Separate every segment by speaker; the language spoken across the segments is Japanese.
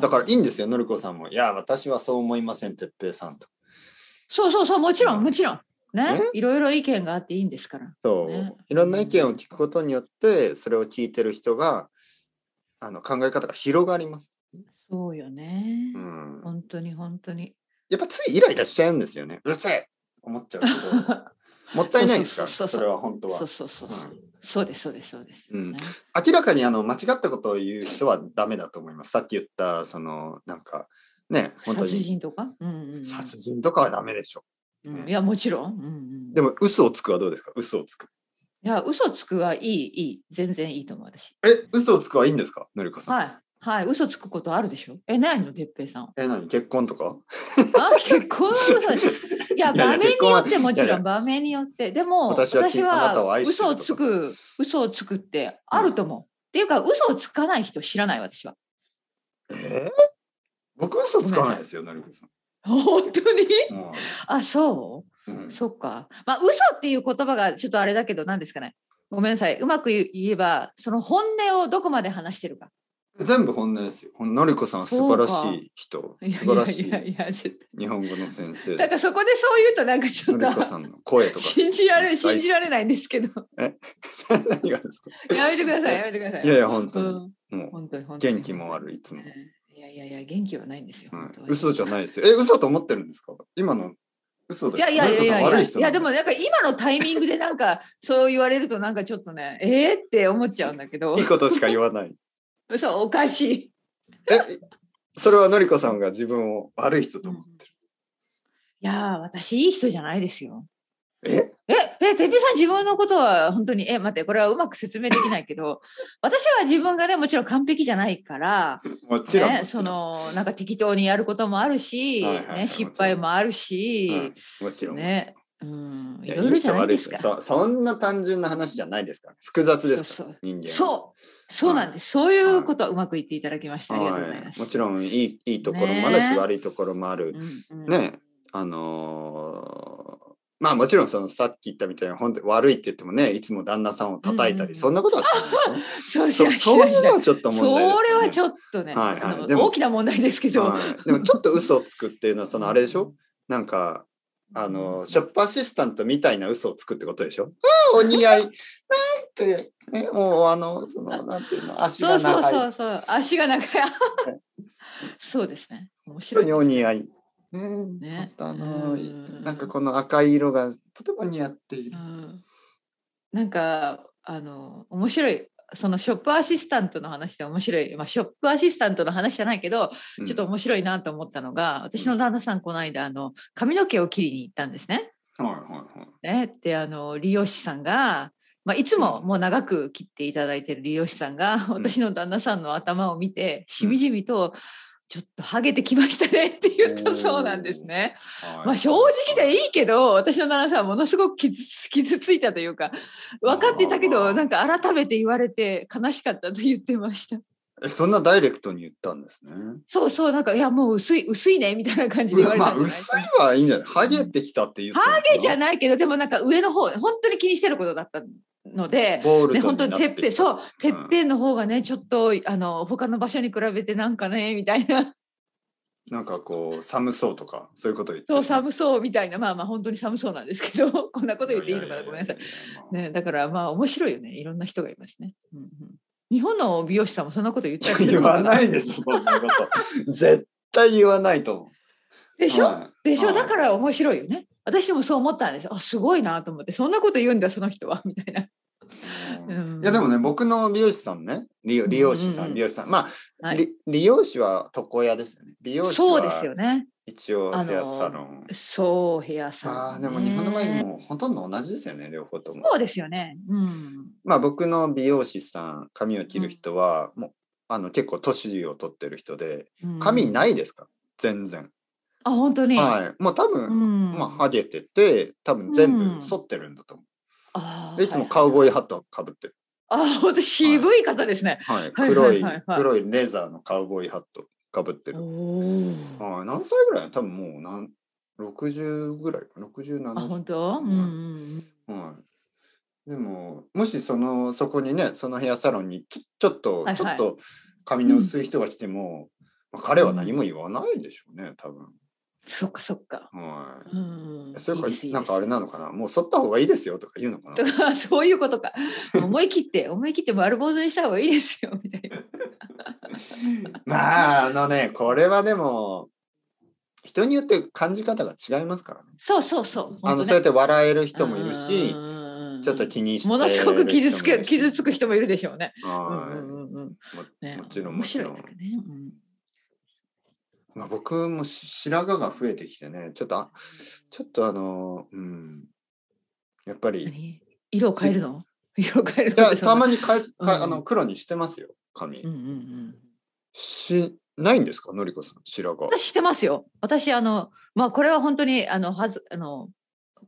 Speaker 1: だからいいんですよ、のりこさんも。いや、私はそう思いません、てっぺいさんと。
Speaker 2: そうそうそう、もちろ、
Speaker 1: うんん
Speaker 2: もちろん。ね
Speaker 1: ね、
Speaker 2: いろいろ意見があっていいんですから。
Speaker 1: そう、
Speaker 2: ね
Speaker 1: いろんな意見を聞くことによって、それを聞いてる人が、あの考え方が広がります。
Speaker 2: そうよね。
Speaker 1: うん、
Speaker 2: 本当に本当に。
Speaker 1: やっぱついイライラしちゃうんですよね。うるせえ思っちゃうけど、 もったいないですから、
Speaker 2: そうそうそうそう
Speaker 1: それは本当は
Speaker 2: そう。そうそうそう
Speaker 1: う。ん
Speaker 2: そうですそうですそうです。
Speaker 1: うん
Speaker 2: ね
Speaker 1: 明らかにあの間違ったことを言う人はダメだと思います。さっき言った、その、なんか、ね、本当
Speaker 2: 殺
Speaker 1: に
Speaker 2: 人とか。うんうんうん
Speaker 1: 殺人とかはダメでし
Speaker 2: う
Speaker 1: ょ。
Speaker 2: ん
Speaker 1: ね
Speaker 2: いやもちろん。うんうん
Speaker 1: でも、嘘をつくはどうですか嘘をつく。
Speaker 2: いや嘘つくはいいいい全然いいと思う私。
Speaker 1: え、嘘をつくはいいんですかのりこさん。
Speaker 2: はいはい嘘つくことあるでしょ。えないの哲平さんは。
Speaker 1: え、何結婚とか
Speaker 2: あ結婚いや
Speaker 1: いや
Speaker 2: 場
Speaker 1: いや
Speaker 2: 面によっ
Speaker 1: 結婚
Speaker 2: て
Speaker 1: は
Speaker 2: もち
Speaker 1: いや
Speaker 2: ろ
Speaker 1: い
Speaker 2: ん場面によってでも
Speaker 1: 私
Speaker 2: 私
Speaker 1: は
Speaker 2: は
Speaker 1: 君あなたを愛して
Speaker 2: 嘘
Speaker 1: る
Speaker 2: を
Speaker 1: とか
Speaker 2: つく嘘をつくってあると思う。っていうか嘘をつかない人知らない私は。
Speaker 1: え僕嘘つかないですよ、のりこさん。
Speaker 2: 本当に
Speaker 1: も
Speaker 2: あそう
Speaker 1: ううん
Speaker 2: そっか。まあ、嘘っていう言葉がちょっとあれだけど、何ですかね。ごめんなさい。うまく言えば、その本音をどこまで話してるか。
Speaker 1: 全部本音ですよ。のりこさんは素晴らしい人、
Speaker 2: いや
Speaker 1: 素晴らし
Speaker 2: いやい
Speaker 1: い
Speaker 2: やいや、ちょっと。
Speaker 1: 日本語の先生
Speaker 2: だ
Speaker 1: で
Speaker 2: か。らそこでそう言うとなんかちょ
Speaker 1: の
Speaker 2: っ
Speaker 1: りことさんの声と か。
Speaker 2: 信じられる
Speaker 1: 大
Speaker 2: 信
Speaker 1: 好き
Speaker 2: じられないんですけど
Speaker 1: 何がですか
Speaker 2: やめてくださいやめてください。
Speaker 1: いやいや、本当
Speaker 2: う
Speaker 1: に。
Speaker 2: ん、
Speaker 1: も
Speaker 2: 本当に
Speaker 1: う
Speaker 2: 本当に
Speaker 1: 元気もある、いつも。
Speaker 2: いやいやいや元気はないんですよ。
Speaker 1: はい
Speaker 2: 本当は
Speaker 1: 嘘じゃないですよ。え、嘘と思ってるんですか今の嘘
Speaker 2: い
Speaker 1: です
Speaker 2: や
Speaker 1: か
Speaker 2: いやいやいや
Speaker 1: のりこさん悪
Speaker 2: い
Speaker 1: い
Speaker 2: や
Speaker 1: 人
Speaker 2: い
Speaker 1: な
Speaker 2: や
Speaker 1: ん
Speaker 2: で
Speaker 1: で
Speaker 2: すもなんか今のタイミングでなんかそう言われるとなんかちょっとねえーって思っちゃうんだけど
Speaker 1: いいことしか言わ ない。
Speaker 2: 嘘おかしい。
Speaker 1: え、それはのりこさんが自分を悪い人と思ってる。
Speaker 2: いやー私いい人じゃないですよ。
Speaker 1: え
Speaker 2: え、え、てっぺいさん自分のことは本当に、え、待って、これはうまく説明できないけど、 私は自分がね、もちろん完璧じゃないから、
Speaker 1: もちろん。
Speaker 2: ね、その、なんか適当にやることもあるし、
Speaker 1: はいはいはい
Speaker 2: ね、失敗もあるし、
Speaker 1: うんもちろん。
Speaker 2: ね、うん、い
Speaker 1: や
Speaker 2: ろいろじゃない
Speaker 1: いい
Speaker 2: です
Speaker 1: 人
Speaker 2: か。
Speaker 1: 悪い人そそんな単純な話じゃないですから。複雑ですから
Speaker 2: そうそう
Speaker 1: 人間は
Speaker 2: そう、そうなんです。そういうことはうまくいっていただきまして、ありがとうございます。
Speaker 1: はもちろんいいいいところもあるし、
Speaker 2: ね
Speaker 1: 悪いところもある。
Speaker 2: うんうん
Speaker 1: ねあのーまあもちろんそのさっき言ったみたいに本当に悪いって言ってもねいつも旦那さんを叩いた
Speaker 2: う
Speaker 1: り、
Speaker 2: ん
Speaker 1: そんなことはしないで
Speaker 2: そうし
Speaker 1: すよ
Speaker 2: な いしない
Speaker 1: ねそ そうい
Speaker 2: し
Speaker 1: う
Speaker 2: な
Speaker 1: の
Speaker 2: い
Speaker 1: はちょっと問題です、ね、
Speaker 2: それはちょっとね、
Speaker 1: はいはい
Speaker 2: あの
Speaker 1: でも
Speaker 2: 大きな問題ですけど、
Speaker 1: はいでもちょっと嘘をつくっていうのはそのあれでしょなんかあのショップアシスタントみたいな嘘をつくってことでしょああお似 合いなんて、ね、もうあのそのなんていうの足
Speaker 2: そ
Speaker 1: が
Speaker 2: う
Speaker 1: 長
Speaker 2: そ
Speaker 1: いう
Speaker 2: そうそう、足が長い。 そうですね。面白
Speaker 1: 本当
Speaker 2: い
Speaker 1: に
Speaker 2: ね。
Speaker 1: お似合い。ね
Speaker 2: ね、
Speaker 1: またあの
Speaker 2: うん
Speaker 1: なんかこの赤い色がとても似合っている
Speaker 2: う。んなんか、あの、面白い。そのショップアシスタントの話で面白い、まあ、ショップアシスタントの話じゃないけど、
Speaker 1: うん
Speaker 2: ちょっと面白いなと思ったのが私の旦那さんこの間あの髪の毛を切りに行ったんですね。
Speaker 1: はいはいはい。
Speaker 2: ねであの理容師さんが、まあ、いつももう長く切っていただいてる理容師さんが
Speaker 1: ん
Speaker 2: 私の旦那さんの頭を見てしみじみと「ちょっとハゲてきましたね」って言ったそうなんですね。まあ正直でいいけど私の旦那さんはものすごく傷つ傷ついたというか分かっていたけ
Speaker 1: あ
Speaker 2: ど
Speaker 1: ー
Speaker 2: なんか改めて言われて悲しかったと言ってました。
Speaker 1: えそんなダイレクトに言ったんですね。
Speaker 2: そうそうなんかいやもう薄い薄いねみたいな感じで言われ
Speaker 1: ま
Speaker 2: た
Speaker 1: あ
Speaker 2: んじゃない
Speaker 1: 薄いはいいんじゃない。ハゲてきたって言ったのかな。
Speaker 2: ハゲじゃないけどでもなんか上の方本当に気にしてることだったので。
Speaker 1: ボール
Speaker 2: ね、
Speaker 1: ド
Speaker 2: 本当に
Speaker 1: にな
Speaker 2: て
Speaker 1: て
Speaker 2: っ
Speaker 1: きた
Speaker 2: ぺんそうてっぺんの方がねちょっとあの他の場所に比べてなんかねみたい な
Speaker 1: なんかこう寒そうとかそういうこと言って。
Speaker 2: そう寒そうみたいなまあまあ本当に寒そうなんですけど こんなこと言っていいのかなごめんなさい、
Speaker 1: ややや。
Speaker 2: ね、だからまあ面白いよねいろんな人がいますね、うんうん、日本の美容師さんもそんなこと言ったりする
Speaker 1: 言
Speaker 2: のか
Speaker 1: わ
Speaker 2: な
Speaker 1: ないでしょそんなこと。絶対言わないと思う。
Speaker 2: でしょ、
Speaker 1: はい
Speaker 2: でしょ、
Speaker 1: はい
Speaker 2: だから面白いよね私もそう思ったんですあすごいなと思ってそんなこと言うんだその人はみ たいな、うん
Speaker 1: いやでもね僕の美容師さんね理理容師さん、
Speaker 2: うんうんうん
Speaker 1: 美容師さんまあ、
Speaker 2: はい
Speaker 1: り理容師は床屋ですよね美容師
Speaker 2: そうですよ
Speaker 1: は
Speaker 2: ね
Speaker 1: 一応ヘアサロン、
Speaker 2: そう部屋さん、ね、
Speaker 1: あーでも日本の場合もうほとんど同じですよね両方とも
Speaker 2: そうですよねうん
Speaker 1: まあ僕の美容師さん髪を切る人は、もうあの結構年を取ってる人で
Speaker 2: うん
Speaker 1: 髪ないですか、全然、
Speaker 2: あ本当に、
Speaker 1: はいもう多
Speaker 2: う
Speaker 1: 分、
Speaker 2: ん
Speaker 1: まあハゲてて多分全
Speaker 2: うん
Speaker 1: 部剃ってるんだと思う、
Speaker 2: あー
Speaker 1: でいつもカウボ
Speaker 2: は
Speaker 1: ー
Speaker 2: い
Speaker 1: イハットかぶってる、
Speaker 2: はいあ本当渋い方ですね、
Speaker 1: はい、
Speaker 2: はい
Speaker 1: 黒い,、
Speaker 2: はいはいはい
Speaker 1: 黒いレザーのカウボーイハットかぶってる
Speaker 2: おー
Speaker 1: はい、何歳ぐらいの多分もうなん60ぐらいか67
Speaker 2: あ本当、うんうん
Speaker 1: はい、でももしそのそこにねそのヘアサロンにちょちょっと、
Speaker 2: はいはい
Speaker 1: ちょっと髪の薄い人が来ても、まあ、彼は何も言わないでしょうね、多分。
Speaker 2: そっかそっか。
Speaker 1: は
Speaker 2: う
Speaker 1: い
Speaker 2: ん。。
Speaker 1: それか
Speaker 2: いいですいいです
Speaker 1: なんかあれなのかなもう剃った方がいいですよとか言うのかな
Speaker 2: とか そういうことか。思い切って思い切って丸坊主にした方がいいですよみたいな。
Speaker 1: まああのねこれはでも人によって感じ方が違いますからね。
Speaker 2: そうそうそう。
Speaker 1: あの
Speaker 2: 本
Speaker 1: そ
Speaker 2: 当
Speaker 1: うやっ
Speaker 2: ね
Speaker 1: て笑える人もいるし
Speaker 2: うんうんうん
Speaker 1: ちょっと気にして
Speaker 2: ものすごく傷つく
Speaker 1: る人もいるし
Speaker 2: 傷つく人もいるでしょうね。
Speaker 1: はい
Speaker 2: うんうんうんうん
Speaker 1: も
Speaker 2: ね
Speaker 1: もちろんも
Speaker 2: 面
Speaker 1: ち
Speaker 2: 白い
Speaker 1: ろ
Speaker 2: だ
Speaker 1: ん
Speaker 2: け、ね。うん
Speaker 1: まあ、僕もし白髪が増えてきてねちょっとあちょっとあのうんやっぱりい
Speaker 2: 何色を変えるの？色を変えるのっ
Speaker 1: や
Speaker 2: てそ
Speaker 1: た
Speaker 2: んな
Speaker 1: まにかえかえ
Speaker 2: うん
Speaker 1: あの黒にしてますよ髪、
Speaker 2: うんうんうん。
Speaker 1: しないんですかのりこさん白髪
Speaker 2: 私してますよ。私あのまあこれは本当にあのはずあの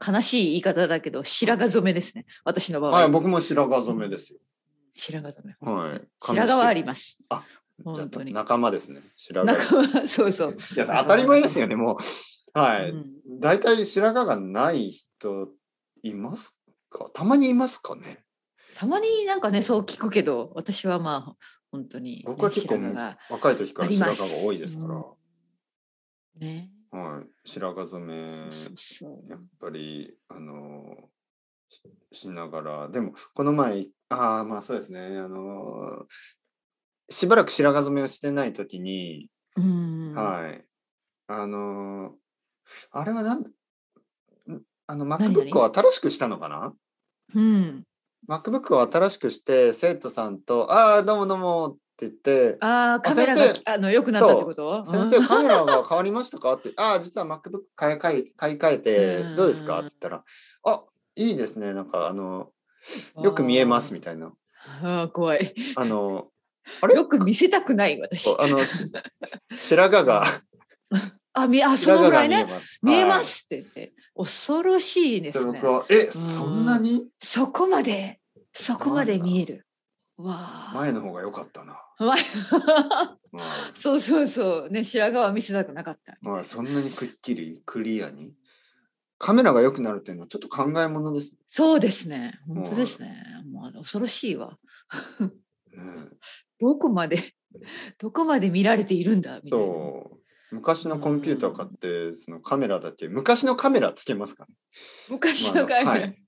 Speaker 2: 悲しい言い方だけど白髪染めですね。私の場合。
Speaker 1: はい僕も白髪染めですよ
Speaker 2: 白髪染め。
Speaker 1: はい
Speaker 2: 白髪はあります。
Speaker 1: あじゃあ
Speaker 2: 本当に。
Speaker 1: 仲間ですね白
Speaker 2: なん
Speaker 1: 髪
Speaker 2: かそうそう。
Speaker 1: いや当たり前ですよねもうはい、
Speaker 2: うん
Speaker 1: 大体白髪がない人いますかたまにいますかね
Speaker 2: たまになんかねそう聞くけど私はまあ本当に、ね、
Speaker 1: 僕は結構
Speaker 2: 白髪が
Speaker 1: 若い時から
Speaker 2: ありま
Speaker 1: 白
Speaker 2: す
Speaker 1: 髪が多いですから、
Speaker 2: ね。
Speaker 1: はい、白髪染め
Speaker 2: そうそう
Speaker 1: やっぱりあのししながらでもこの前ああまあそうですねあのしばらく白髪染めをしてない時に、
Speaker 2: うん。
Speaker 1: はいあのあれはなんんあの
Speaker 2: 何々
Speaker 1: MacBook を新しくしたのかな
Speaker 2: うん。
Speaker 1: MacBook を新しくして生徒さんと「ああどうもどうも」って言って「
Speaker 2: ああカメラが
Speaker 1: 先
Speaker 2: あの良くなったってこと？
Speaker 1: 先生カメラが変わりましたか?」って「ああ実は MacBook 買い替え買い替えてどうですか?」
Speaker 2: う
Speaker 1: っ
Speaker 2: ん
Speaker 1: て言ったら「あいいですねなんかあのよく見えます」みたいな
Speaker 2: ああ怖い。
Speaker 1: あのあれ
Speaker 2: よく見せたくない私。
Speaker 1: あの し白髪が
Speaker 2: あ見えあそ
Speaker 1: 白
Speaker 2: のぐ
Speaker 1: 髪が
Speaker 2: らい
Speaker 1: 見え
Speaker 2: ね
Speaker 1: ます。
Speaker 2: 見えま
Speaker 1: はい
Speaker 2: すって言って恐ろしいで
Speaker 1: です
Speaker 2: ね
Speaker 1: 僕。は「えそんなに
Speaker 2: そこまでそこまで見える。わあ。
Speaker 1: 前の方が良かったな」
Speaker 2: 前
Speaker 1: まあ
Speaker 2: そうそうそうね白髪は見せたくなかった。
Speaker 1: まあそんなにくっきりクリアにカメラが良くなるっていうのはちょっと考えものです
Speaker 2: そうですね。本当ですね。もうあの恐ろしいわ。
Speaker 1: ね。うん
Speaker 2: どこまでどこまで見られているんだみたいな。
Speaker 1: そう昔のコンピューター買ってそのカメラだって昔のカメラつけますから ね
Speaker 2: 昔の
Speaker 1: まあ
Speaker 2: 会
Speaker 1: あのは
Speaker 2: 話
Speaker 1: い。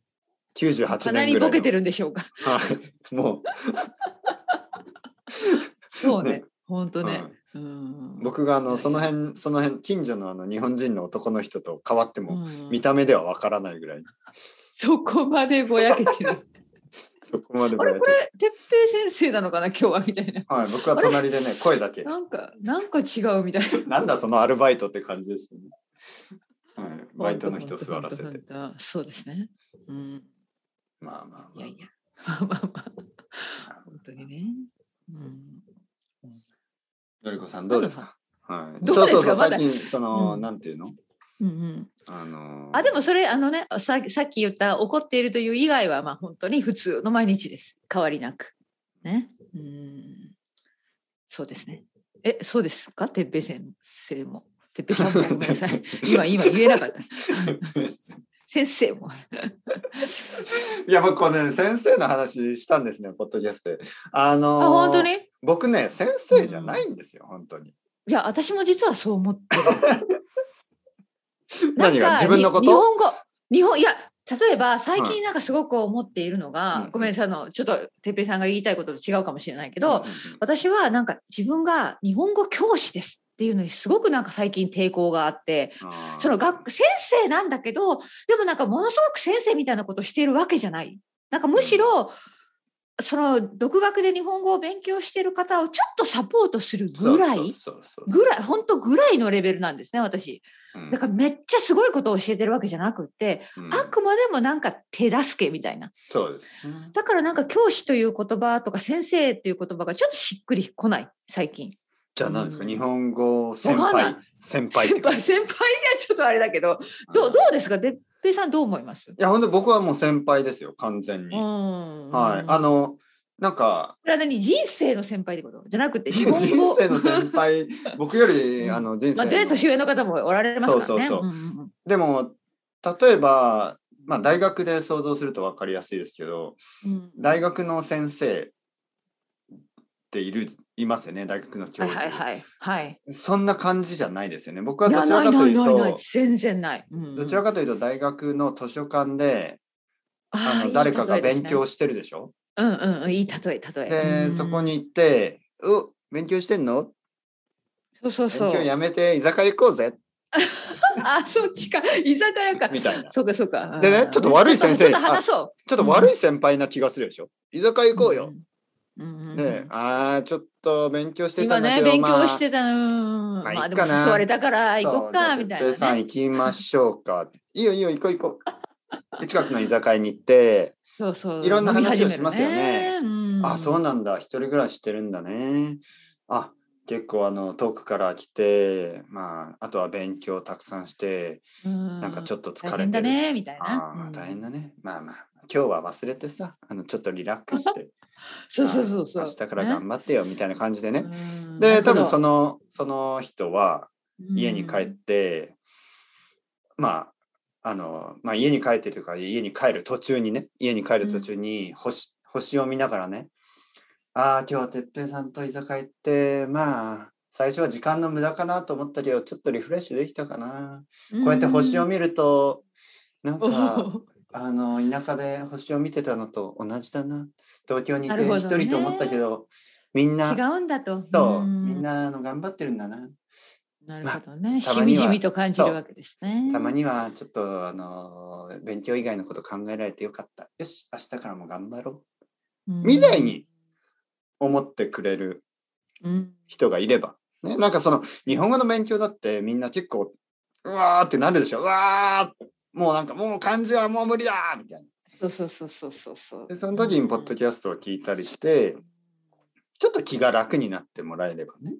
Speaker 1: 98
Speaker 2: かな
Speaker 1: 年
Speaker 2: り
Speaker 1: ぐら
Speaker 2: ボ
Speaker 1: いの
Speaker 2: ケてるんでしょうか。
Speaker 1: はいも
Speaker 2: そうね
Speaker 1: ね。
Speaker 2: 本当
Speaker 1: う、
Speaker 2: ね
Speaker 1: う。ん
Speaker 2: うん。
Speaker 1: 僕があの
Speaker 2: いやいや
Speaker 1: その辺その辺近所のあの日本人の男の人と変わっても
Speaker 2: うん
Speaker 1: 見た目ではわからないぐらい
Speaker 2: そこまでぼやけて る。
Speaker 1: そこまで
Speaker 2: あ
Speaker 1: ぼや
Speaker 2: れ
Speaker 1: け
Speaker 2: これ哲平先生なのかな今日はみたいな。
Speaker 1: はい僕は 隣でね声だけ
Speaker 2: なんかなんか違うみたいな。
Speaker 1: なんだそのアルバイトって感じですよね、はい、バイトの人座らせて
Speaker 2: 本当。本当そうですね。うん。
Speaker 1: まあま
Speaker 2: い
Speaker 1: あま
Speaker 2: や
Speaker 1: あ
Speaker 2: いや。まあまあまあ。本当にね。うん。
Speaker 1: のりこさんどうですかはい
Speaker 2: どうですか
Speaker 1: そうそうそ
Speaker 2: ま
Speaker 1: う
Speaker 2: だ
Speaker 1: 最近その、
Speaker 2: うん
Speaker 1: なんていうの
Speaker 2: うんうん。
Speaker 1: あの
Speaker 2: あでもそれあのねささっき言った怒っているという以外はまあ本当に普通の毎日です変わりなくねうんそうですねえそうですか哲平先生も哲平さんもごめんなさ い今今言えなかった先生も
Speaker 1: いや僕これね先生の話したんですねポッドキャストで。あ
Speaker 2: あ
Speaker 1: のー
Speaker 2: 本当にい
Speaker 1: 僕ね先生じゃないんですよ、本当に。
Speaker 2: や私も実はそう思ってる
Speaker 1: 何が
Speaker 2: なんか
Speaker 1: 自分のこ
Speaker 2: に日
Speaker 1: と
Speaker 2: 本語日本いや例えば最近なんかすごく思っているのが、
Speaker 1: うん
Speaker 2: ごめんなさいあのちょっと哲平さんが言いたいことと違うかもしれないけど、
Speaker 1: うんうんうん
Speaker 2: 私はなんか自分が日本語教師ですっていうのにすごくなんか最近抵抗があって
Speaker 1: あー
Speaker 2: その学先生なんだけどでもなんかものすごく先生みたいなことをしているわけじゃないなんかむしろその独学で日本語を勉強している方をちょっとサポートするぐらい
Speaker 1: そうそうそうそう
Speaker 2: ぐらい本当ぐらいのレベルなんですね私
Speaker 1: うん
Speaker 2: だからめっちゃすごいことを教えてるわけじゃなくって
Speaker 1: うん
Speaker 2: あくまでもなんか手助けみたいな
Speaker 1: そうです。
Speaker 2: だからなんか教師という言葉とか先生という言葉がちょっとしっくりこない最近
Speaker 1: じゃあ何ですか、
Speaker 2: うん
Speaker 1: 日本語先
Speaker 2: わか
Speaker 1: 輩
Speaker 2: んな
Speaker 1: 先輩っ
Speaker 2: 先
Speaker 1: てこと
Speaker 2: 輩先輩にはちょっとあれだけど、どうどうですか、哲平さんどう思います？
Speaker 1: いや本当僕はもう先輩ですよ完全に。
Speaker 2: ん
Speaker 1: はいあ
Speaker 2: の
Speaker 1: のなんか
Speaker 2: それは何人生の先輩ってことじゃなく て日
Speaker 1: 人
Speaker 2: 本語。
Speaker 1: 生の先 輩僕よりあの人生
Speaker 2: まあ、で年上の方もおられますからね。
Speaker 1: そうそうそうん
Speaker 2: んん
Speaker 1: でも例えば、まあ、大学で想像すると分かりやすいですけど
Speaker 2: うん
Speaker 1: 大学の先生っているいますよね、大学の教
Speaker 2: はい
Speaker 1: 授。
Speaker 2: はいはいはい。
Speaker 1: そんな感じじゃないですよね。僕はいど
Speaker 2: や
Speaker 1: ちら
Speaker 2: な
Speaker 1: か
Speaker 2: いな
Speaker 1: とい
Speaker 2: いうないない
Speaker 1: と、
Speaker 2: 全然ない。うん
Speaker 1: どちらかというと大学の図書館で、
Speaker 2: あー
Speaker 1: あ
Speaker 2: い
Speaker 1: の
Speaker 2: い
Speaker 1: 誰かが
Speaker 2: 例えです
Speaker 1: 勉
Speaker 2: ね
Speaker 1: 強してるでしょ
Speaker 2: うんうんうんいい例え例え。う
Speaker 1: で、
Speaker 2: ん
Speaker 1: そこに行って、う勉強してんの
Speaker 2: そうそうそ
Speaker 1: 勉
Speaker 2: う
Speaker 1: 強。やめて居酒屋行こうぜ。
Speaker 2: あそっちか居酒屋か。
Speaker 1: みたいな
Speaker 2: そうかそうか。
Speaker 1: でね
Speaker 2: うん
Speaker 1: ちょっと悪い先生
Speaker 2: ちょっと話そう。
Speaker 1: ちょっと悪い先輩な気がするでしょ居酒屋行こうよ。。
Speaker 2: うんうんうん
Speaker 1: ねあーちょっと勉強してた
Speaker 2: 今
Speaker 1: んだけ
Speaker 2: ね
Speaker 1: ど、
Speaker 2: 勉
Speaker 1: ま
Speaker 2: 強
Speaker 1: あ
Speaker 2: してたの。うんうん
Speaker 1: まあ
Speaker 2: まあで
Speaker 1: い
Speaker 2: も
Speaker 1: っかな
Speaker 2: 誘われたから行こっ
Speaker 1: そ
Speaker 2: か
Speaker 1: う
Speaker 2: みたい
Speaker 1: じゃあ哲平
Speaker 2: な
Speaker 1: さん
Speaker 2: ね。
Speaker 1: 行きましょうか。いいよいいよ行こう行こう。で近くの居酒屋に行って、
Speaker 2: そうそう。
Speaker 1: いろんな話を
Speaker 2: 飲み始める
Speaker 1: しますよね。
Speaker 2: うん
Speaker 1: あそうなんだ一人暮らししてるんだね。あ結構あの遠くから来て、まああとは勉強たくさんして、
Speaker 2: うん
Speaker 1: なんかちょっと疲
Speaker 2: 大
Speaker 1: れ
Speaker 2: 変
Speaker 1: て
Speaker 2: だ
Speaker 1: る。
Speaker 2: ねみたいな
Speaker 1: あ。あ
Speaker 2: うん
Speaker 1: 大変だね。まあまあ今日は忘れてさ、あのちょっとリラックスして、
Speaker 2: そうそうそうそう。
Speaker 1: 明日から頑張ってよみたいな感じでね。
Speaker 2: ね
Speaker 1: で多分そ
Speaker 2: の
Speaker 1: のその人は家に帰って、まああのまあ家に帰ってというか家に帰る途中にね家に帰る途中に星,、星を見ながらねああ今日は哲平さんと居酒屋行ってまあ最初は時間の無駄かなと思ったけどちょっとリフレッシュできたかな、こうやって星を見るとなん
Speaker 2: お
Speaker 1: か
Speaker 2: ー
Speaker 1: あの田舎で星を見てたのと同じだな東京にいて
Speaker 2: なるほ
Speaker 1: 一
Speaker 2: どね
Speaker 1: 人と思ったけどみんな
Speaker 2: 違うんだと。
Speaker 1: そう
Speaker 2: うん
Speaker 1: みん。なあの頑張ってるんだな
Speaker 2: なるほどね。
Speaker 1: た
Speaker 2: し
Speaker 1: まに
Speaker 2: み
Speaker 1: は
Speaker 2: じみと感じるわけですね。
Speaker 1: たまにはちょっとあのー勉強以外のこと考えられてよかったよし明日からも頑張ろ
Speaker 2: うん
Speaker 1: みたいに。思ってくれる
Speaker 2: うん
Speaker 1: 人がいれば、ね、なんかその日本語の勉強だってみんな結構うわーってなるでしょうわーもうなんかもう漢字はもう無理だーみたいな
Speaker 2: そうそうそうそうそうそう。
Speaker 1: でその時にポッドキャストを聞いたりしてちょっと気が楽になってもらえればね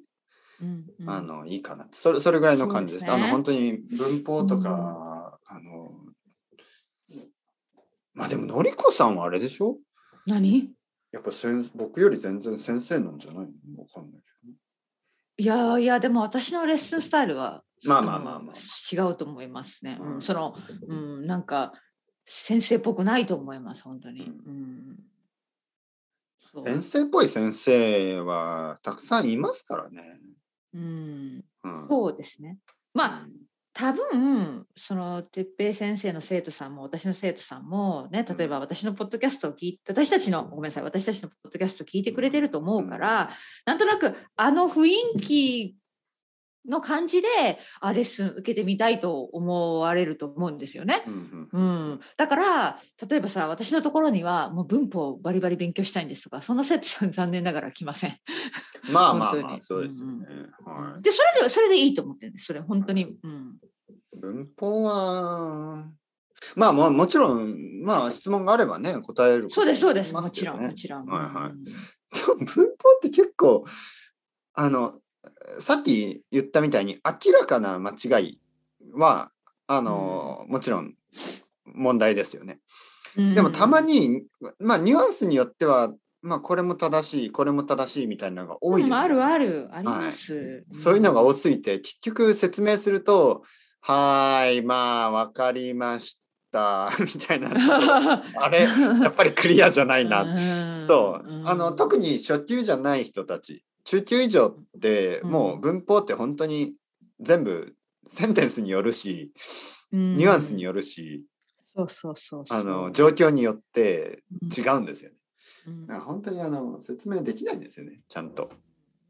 Speaker 2: うんうん
Speaker 1: あのいいかなってそれそれぐらいの感じです。
Speaker 2: そうですね
Speaker 1: あの本当に文法とか、あのまあでものりこさんはあれでしょ
Speaker 2: 何？
Speaker 1: やっぱせん僕より全然先生なんじゃないのわかんないけど。
Speaker 2: いやいやでも私のレッスンスタイルは
Speaker 1: まあまあまあまあ。
Speaker 2: の違うと思いますね。
Speaker 1: う
Speaker 2: うんん、そのうんなんか先生っぽくないと思います本当に。うん。そう
Speaker 1: 先生っぽい先生はたくさんいますからね。
Speaker 2: うん。
Speaker 1: うん、
Speaker 2: そうですね。まあ多分その哲平先生の生徒さんも私の生徒さんもね例えば私のポッドキャストを聞いて私たちのごめんなさい私たちのポッドキャストを聞いてくれてると思うから、なんとなくあの雰囲気の感じであレッスン受けてみたいと思われると思うんですよね。
Speaker 1: うんうん
Speaker 2: うん、だから例えばさ私のところにはもう文法をバリバリ勉強したいんですとかその生徒さん残念ながら来ません。
Speaker 1: まあまあ
Speaker 2: 本
Speaker 1: ま
Speaker 2: 当
Speaker 1: あ、
Speaker 2: に
Speaker 1: そうですよね。は
Speaker 2: でそれでそれでいいと思ってるんですそれ本当に。うん
Speaker 1: い、文法は、まあまあもちろん、まあ質問があればね、答えること
Speaker 2: そうです、そうです。
Speaker 1: も
Speaker 2: も
Speaker 1: で
Speaker 2: ち
Speaker 1: きま
Speaker 2: ろん、
Speaker 1: よね
Speaker 2: もちろん。
Speaker 1: はいはい
Speaker 2: うん
Speaker 1: でも文法って結構あのさっき言ったみたいに明らかな間違いはあの、もちろん問題ですよね。でもたま、に、まあニュアンスによっては、まあ、これも正しいこれも正しいみたいなのが
Speaker 2: うん
Speaker 1: 多いですよね、
Speaker 2: あるある、あります。
Speaker 1: そういう のが多すぎて結局説明すると「はーいまあわかりました」 みたいな あれやっぱりクリアじゃないな
Speaker 2: な
Speaker 1: そう、あの特に初級じゃない人たち中級以上って
Speaker 2: うん
Speaker 1: もう文法って本当に全部センテンスによるし、
Speaker 2: に
Speaker 1: ニュアンスに
Speaker 2: よ
Speaker 1: よるし
Speaker 2: そうそうそうそう。
Speaker 1: あの状況によって
Speaker 2: うん、
Speaker 1: 違うんですよね。
Speaker 2: うん
Speaker 1: だから本当にあの説明できないんですよねちゃんと。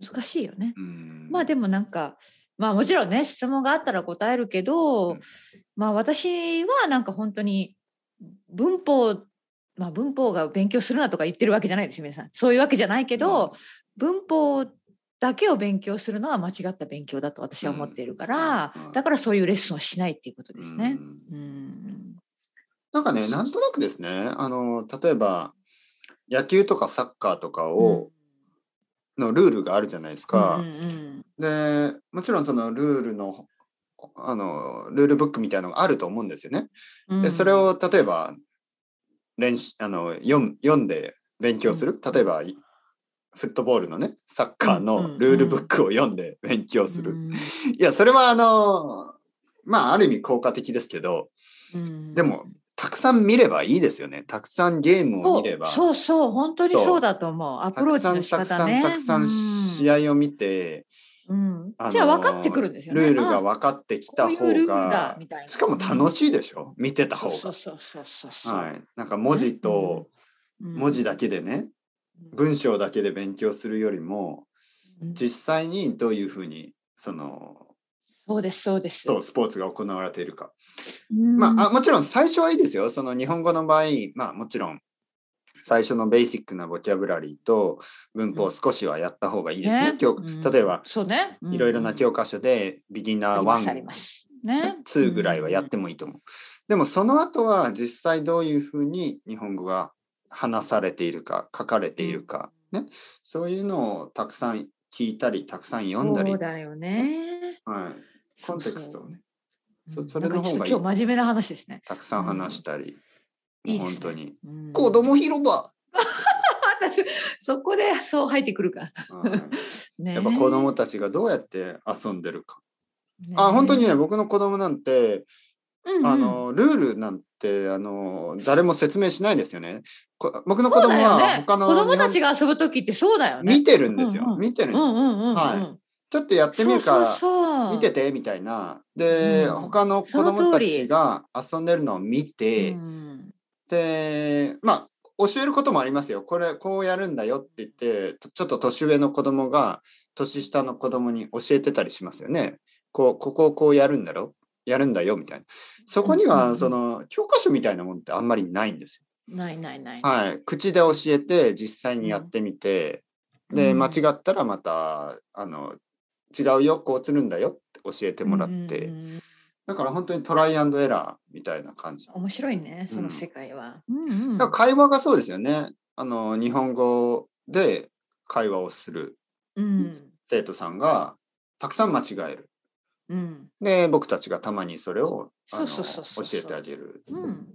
Speaker 2: 難しいよね。
Speaker 1: うん
Speaker 2: まあでもなんか、まあもちろんね、質問があったら答えるけど、
Speaker 1: うん
Speaker 2: まあ私はなんか本当に文法、まあ文法が勉強するなとか言ってるわけじゃないですよ、皆さん。そういうわけじゃないけど、文法だけを勉強するのは間違った勉強だと私は思っているから、
Speaker 1: うんうん
Speaker 2: だからそういうレッスンをしないっていうことですね。
Speaker 1: うん
Speaker 2: うん。
Speaker 1: なんかねなんとなくですねあの例えば野球とかサッカーとかを、のルールがあるじゃないですか。
Speaker 2: うんうん
Speaker 1: でもちろんそのルールのあのルールブックみたいなのがあると思うんですよね。
Speaker 2: うん
Speaker 1: でそれ、を例えば練習あの読む読んで勉強する例えばいフットボールのねサッカーのルールブックを読んで勉強する。いやそれはあのまあある意味効果的ですけど
Speaker 2: うん
Speaker 1: でも、たくさん見ればいいですよね。たくさんゲームを見れば。
Speaker 2: そうそう本当にそうだと思うア
Speaker 1: た
Speaker 2: プロー
Speaker 1: く
Speaker 2: チ
Speaker 1: さ
Speaker 2: の
Speaker 1: ん
Speaker 2: 仕
Speaker 1: たくさ
Speaker 2: 方
Speaker 1: ん
Speaker 2: ね
Speaker 1: たくさん試合を見て、
Speaker 2: うん
Speaker 1: あの
Speaker 2: じゃあ分かってくるんですよね
Speaker 1: ルールが
Speaker 2: あ
Speaker 1: 分かってきた
Speaker 2: こうい
Speaker 1: 方
Speaker 2: うルールだ
Speaker 1: が
Speaker 2: みたいな
Speaker 1: しかも楽しいでしょ見てた方
Speaker 2: そ
Speaker 1: が
Speaker 2: う。そうそうそうそう、
Speaker 1: はい、なんか文字と
Speaker 2: うん
Speaker 1: 文字だけでね、文章だけで勉強するよりも
Speaker 2: うん
Speaker 1: 実際にどういうふうにその
Speaker 2: そうですそうです
Speaker 1: そうスポーツが行われているか、
Speaker 2: うん
Speaker 1: まあ、あもちろん最初はいいですよその日本語の場合、まあ、もちろん最初のベーシックなボキャブラリーと文法を少しはやった方がいいですね。
Speaker 2: ね
Speaker 1: 教
Speaker 2: うん
Speaker 1: 例えば
Speaker 2: そうね
Speaker 1: いろいろな
Speaker 2: 日
Speaker 1: 教科書でビギ
Speaker 2: あ
Speaker 1: ナー
Speaker 2: り
Speaker 1: 1
Speaker 2: ますありますね
Speaker 1: 2ぐらいはやっ
Speaker 2: うん
Speaker 1: てもいいと思う。でもその後は実際どういうふうに日本語が話されているか書かれているか、ね、そういうのをたくさん聞いたりたくさん読んだり、
Speaker 2: そう
Speaker 1: はい、
Speaker 2: だよね
Speaker 1: コンテクストをね
Speaker 2: そう
Speaker 1: そ
Speaker 2: うん
Speaker 1: それの方がいい
Speaker 2: なんかちょっと今日真面目な話ですね
Speaker 1: たくさん話したり、
Speaker 2: うんいいですね
Speaker 1: 本当に。
Speaker 2: うん
Speaker 1: 子供広場、
Speaker 2: 私そこでそう入ってくるか。
Speaker 1: はい
Speaker 2: ね、
Speaker 1: やっぱ子供たちがどうやって遊んでるか。
Speaker 2: ね
Speaker 1: あ本当にね、僕の子供なんて
Speaker 2: うんうん
Speaker 1: あのルールなんてあの誰も説明しないですよね。こ僕の子
Speaker 2: そう
Speaker 1: 供
Speaker 2: だよ
Speaker 1: は
Speaker 2: ね。
Speaker 1: 他の
Speaker 2: 子供
Speaker 1: 日本
Speaker 2: たちが遊ぶ時ってそうだよね。
Speaker 1: 見てるんですよ。
Speaker 2: うんうん
Speaker 1: 見てる、
Speaker 2: うんうんうんうん。
Speaker 1: はちょっとやってみ
Speaker 2: そう
Speaker 1: るから
Speaker 2: そうそう。
Speaker 1: 見ててみたいな。で、
Speaker 2: うん
Speaker 1: 他の子供たちが遊んでるのを見て、
Speaker 2: うん
Speaker 1: でまあ教えることもありますよ。これこうやるんだよって言ってちょちょっと年上の子供が年下の子供に教えてたりしますよね。こうここをこうやるんだろやるんだよみたいな。そこに
Speaker 2: うんうんう
Speaker 1: は
Speaker 2: ん
Speaker 1: その教科書みたいなもんってあんまりないんですよ
Speaker 2: ないないない。
Speaker 1: はい、口で教えて実際にやってみて、で
Speaker 2: うん
Speaker 1: 間違ったらまたあの違うよこうするんだよって教えてもらって、
Speaker 2: うんうんうん
Speaker 1: だから本当にトライアンドエラーみたいな感じ、
Speaker 2: 面白いね、その世界は。うんうん
Speaker 1: だから会話がそうですよねあの日本語で会話をする
Speaker 2: うん
Speaker 1: 生徒さんがたくさん間違える
Speaker 2: うん
Speaker 1: で僕たちがたまにそれをあの
Speaker 2: そうそうそうそう
Speaker 1: 教えてあげる、
Speaker 2: うん。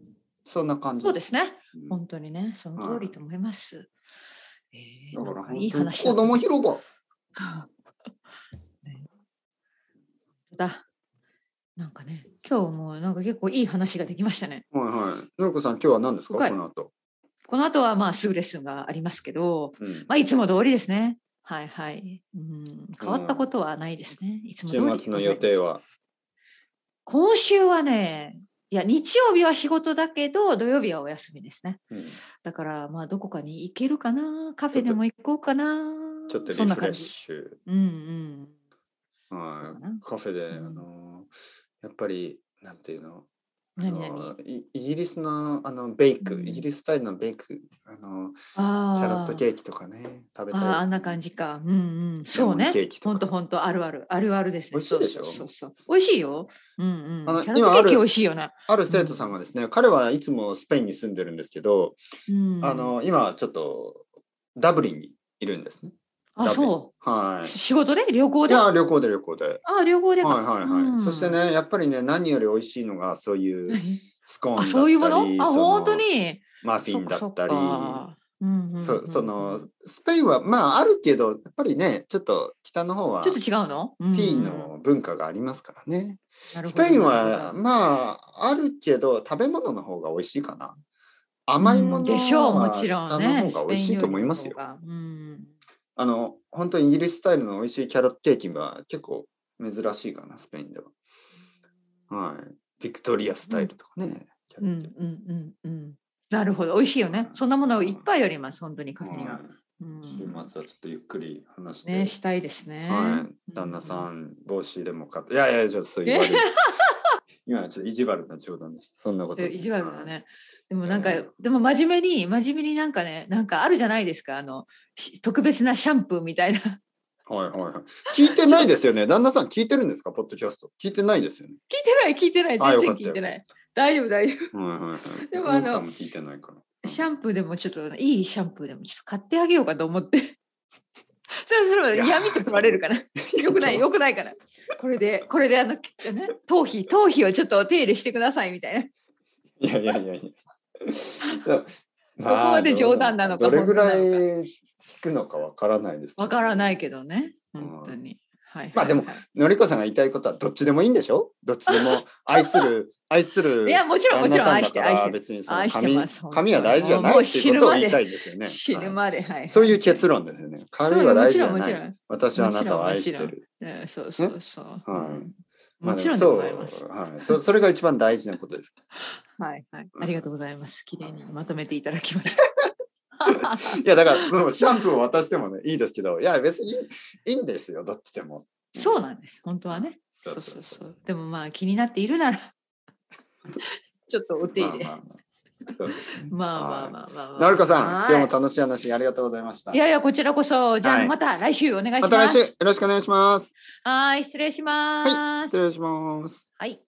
Speaker 1: そんな感じ
Speaker 2: そうですね。
Speaker 1: うん
Speaker 2: 本当にね、その通りと思います。えー
Speaker 1: だから
Speaker 2: なんか
Speaker 1: 本当
Speaker 2: いい
Speaker 1: に
Speaker 2: 話
Speaker 1: 子
Speaker 2: だと思う
Speaker 1: 供広場
Speaker 2: だ。なんかね、今日もなんか結構いい話ができましたね。
Speaker 1: はいはいのりこさん今日は何ですか
Speaker 2: 深い
Speaker 1: この後、
Speaker 2: この後はまあすぐレッスンがありますけど、
Speaker 1: うん
Speaker 2: まあいつも通りですね。はいはい。うん、変わったことはないですね。いつも通りでございま
Speaker 1: 週
Speaker 2: す
Speaker 1: 末の予定は
Speaker 2: 今週はね、いや日曜日は仕事だけど土曜日はお休みですね。
Speaker 1: うん
Speaker 2: だからまあどこかに行けるかな、カフェでも行こうかな。
Speaker 1: ちょっと
Speaker 2: そ
Speaker 1: リ
Speaker 2: ん
Speaker 1: フレ
Speaker 2: な感
Speaker 1: ッ
Speaker 2: じ。
Speaker 1: シュ。
Speaker 2: うんうん。
Speaker 1: は、
Speaker 2: そうだない
Speaker 1: カフェで、
Speaker 2: うん
Speaker 1: あのーやっぱりなんていうのあ
Speaker 2: 何
Speaker 1: の
Speaker 2: 何
Speaker 1: ーいイギリスのあのベイク、
Speaker 2: うん
Speaker 1: イギリススタイルのベイクあのーキ
Speaker 2: あ
Speaker 1: ャロットケ
Speaker 2: ー
Speaker 1: ーキとかね食べたい
Speaker 2: あーあんな
Speaker 1: じ
Speaker 2: 感じか。うんうん。そう
Speaker 1: レモ
Speaker 2: ね
Speaker 1: ンケーキ。とか
Speaker 2: ほんとほんとあるある。あるあるですね。
Speaker 1: 美味しいでしょ
Speaker 2: そうそうそう。美味しいよ。うん
Speaker 1: あ
Speaker 2: うん。
Speaker 1: の
Speaker 2: キャロットケー
Speaker 1: 今あ
Speaker 2: キ
Speaker 1: る
Speaker 2: 美味しいよね。
Speaker 1: ある生徒さんがですね、彼はいつもスペインに住んでるんですけど、
Speaker 2: うん、
Speaker 1: あのー今ちょっとダブリンにいるんですね
Speaker 2: あ、
Speaker 1: ダブリン
Speaker 2: そ
Speaker 1: は
Speaker 2: う。
Speaker 1: い
Speaker 2: 仕事で旅行
Speaker 1: い
Speaker 2: であ
Speaker 1: や旅行で旅行ではい
Speaker 2: 旅行でか。
Speaker 1: はいはい、
Speaker 2: うん
Speaker 1: そして。ねやっぱりね何より美味しいのがそういう
Speaker 2: 何
Speaker 1: スコーン
Speaker 2: あ、
Speaker 1: だったり
Speaker 2: そういうものあ、
Speaker 1: その
Speaker 2: 本当に。
Speaker 1: マフィンだったり
Speaker 2: そかそっかうんうんうん
Speaker 1: そその
Speaker 2: ち
Speaker 1: スペインはまああるけどやっぱりねちょっと北の方は
Speaker 2: ょっと
Speaker 1: テ
Speaker 2: 違うのテ
Speaker 1: ィーの文化がありますからね、ス
Speaker 2: ス
Speaker 1: ペインはまああるけど食べ物の方が美味しいかな甘いものは
Speaker 2: でしょう、もちろんね。
Speaker 1: 北の方が美味しいと思いますよ
Speaker 2: スペイン料理の方がうん
Speaker 1: あの本当にイギリススタイルの美味しいキャロットケーキは結構珍しいかなスペインでははいビクトリアスタイルとかね、キャ
Speaker 2: う
Speaker 1: ロ
Speaker 2: ん
Speaker 1: ットケー
Speaker 2: うんうんうん。なるほど、美味しいよね。そんなものいっぱいあります、本当にカフェ
Speaker 1: キ
Speaker 2: には。うん
Speaker 1: 週末はちょっとゆっくり話して、
Speaker 2: ね、したいですね。
Speaker 1: はい、旦那さん、帽子でも買って、いやいや、ちょっとそういう
Speaker 2: え
Speaker 1: 悪い。今のちょっと意地悪な冗談でした。そんなこと。
Speaker 2: え意地悪だね。でもなんか、
Speaker 1: うん
Speaker 2: でも真面目に真面目になんかねなんかあるじゃないですかあのし特別なシャンプーみたいな 聞い
Speaker 1: はい。はいはいはい。聞いてないですよね。旦那さん聞いてるんですか、ポッドキャスト。聞いてないですよね。
Speaker 2: てない聞いてない
Speaker 1: あ
Speaker 2: 全
Speaker 1: よ
Speaker 2: 然
Speaker 1: かった
Speaker 2: 聞いてない大丈夫大丈
Speaker 1: はいはいはい。
Speaker 2: でもあの
Speaker 1: 奥さんも聞いてないから。
Speaker 2: 夫シャンプーでもちょっといいシャンプーでもちょっと買ってあげようかと思って それすれば
Speaker 1: いや
Speaker 2: 嫌味と取られるから よくないよくないからこれでこれであの、ね、頭皮頭皮をちょっとお手入れしてくださいみたいない
Speaker 1: やいやいやい や。どこ
Speaker 2: まで冗談なのか
Speaker 1: どれぐらい
Speaker 2: 本当な
Speaker 1: 聞くのかわからないですけど、
Speaker 2: わからないいけどね本当に、はい
Speaker 1: まあでも
Speaker 2: はいはい
Speaker 1: のりこさんが言いたいことはどっちでもいいんでしょどっちでも愛する、愛する。
Speaker 2: いや もちろんもちろん愛して愛してる
Speaker 1: 別にその
Speaker 2: 愛して
Speaker 1: 髪
Speaker 2: ます、
Speaker 1: 髪は大事じゃないっていうことを言いたいんですよね。
Speaker 2: 死ぬ
Speaker 1: はい
Speaker 2: まで、はい。
Speaker 1: そういう結論ですよね。髪は大事じゃ
Speaker 2: そうも
Speaker 1: な
Speaker 2: ちろんも
Speaker 1: い。私はあなたを愛して
Speaker 2: もち
Speaker 1: る。
Speaker 2: ちろんうんそうそうそう。
Speaker 1: はい
Speaker 2: うん
Speaker 1: まあ
Speaker 2: もちろんで
Speaker 1: そ
Speaker 2: ご
Speaker 1: う、
Speaker 2: ざいます。
Speaker 1: はい、そ それが一番大事なことです。
Speaker 2: はいはい。
Speaker 1: うん
Speaker 2: ありがとうございます。綺麗にまとめていただきました。
Speaker 1: いやだからもうシャンプーを渡してもねいいですけどいや別にいいんですよどっちでも。
Speaker 2: そうなんです。本当はね。
Speaker 1: そ
Speaker 2: そうう
Speaker 1: そ
Speaker 2: そうう
Speaker 1: そ
Speaker 2: そう。でもまあ気になっているなら、ちょっとお手入れ。
Speaker 1: まあ
Speaker 2: ま
Speaker 1: まあまあそうですね
Speaker 2: あまあまあまあまあ。
Speaker 1: なるこさ
Speaker 2: は
Speaker 1: ん、
Speaker 2: い
Speaker 1: 今日も楽しい話ありがとうございました。
Speaker 2: いやいや、こちらこそ。じゃ
Speaker 1: は
Speaker 2: あ
Speaker 1: い
Speaker 2: また来週お願いし
Speaker 1: ま
Speaker 2: ます。
Speaker 1: た来週よろしくお願いします。
Speaker 2: はい、失礼しま
Speaker 1: はい、
Speaker 2: す。
Speaker 1: 失礼します。
Speaker 2: はい。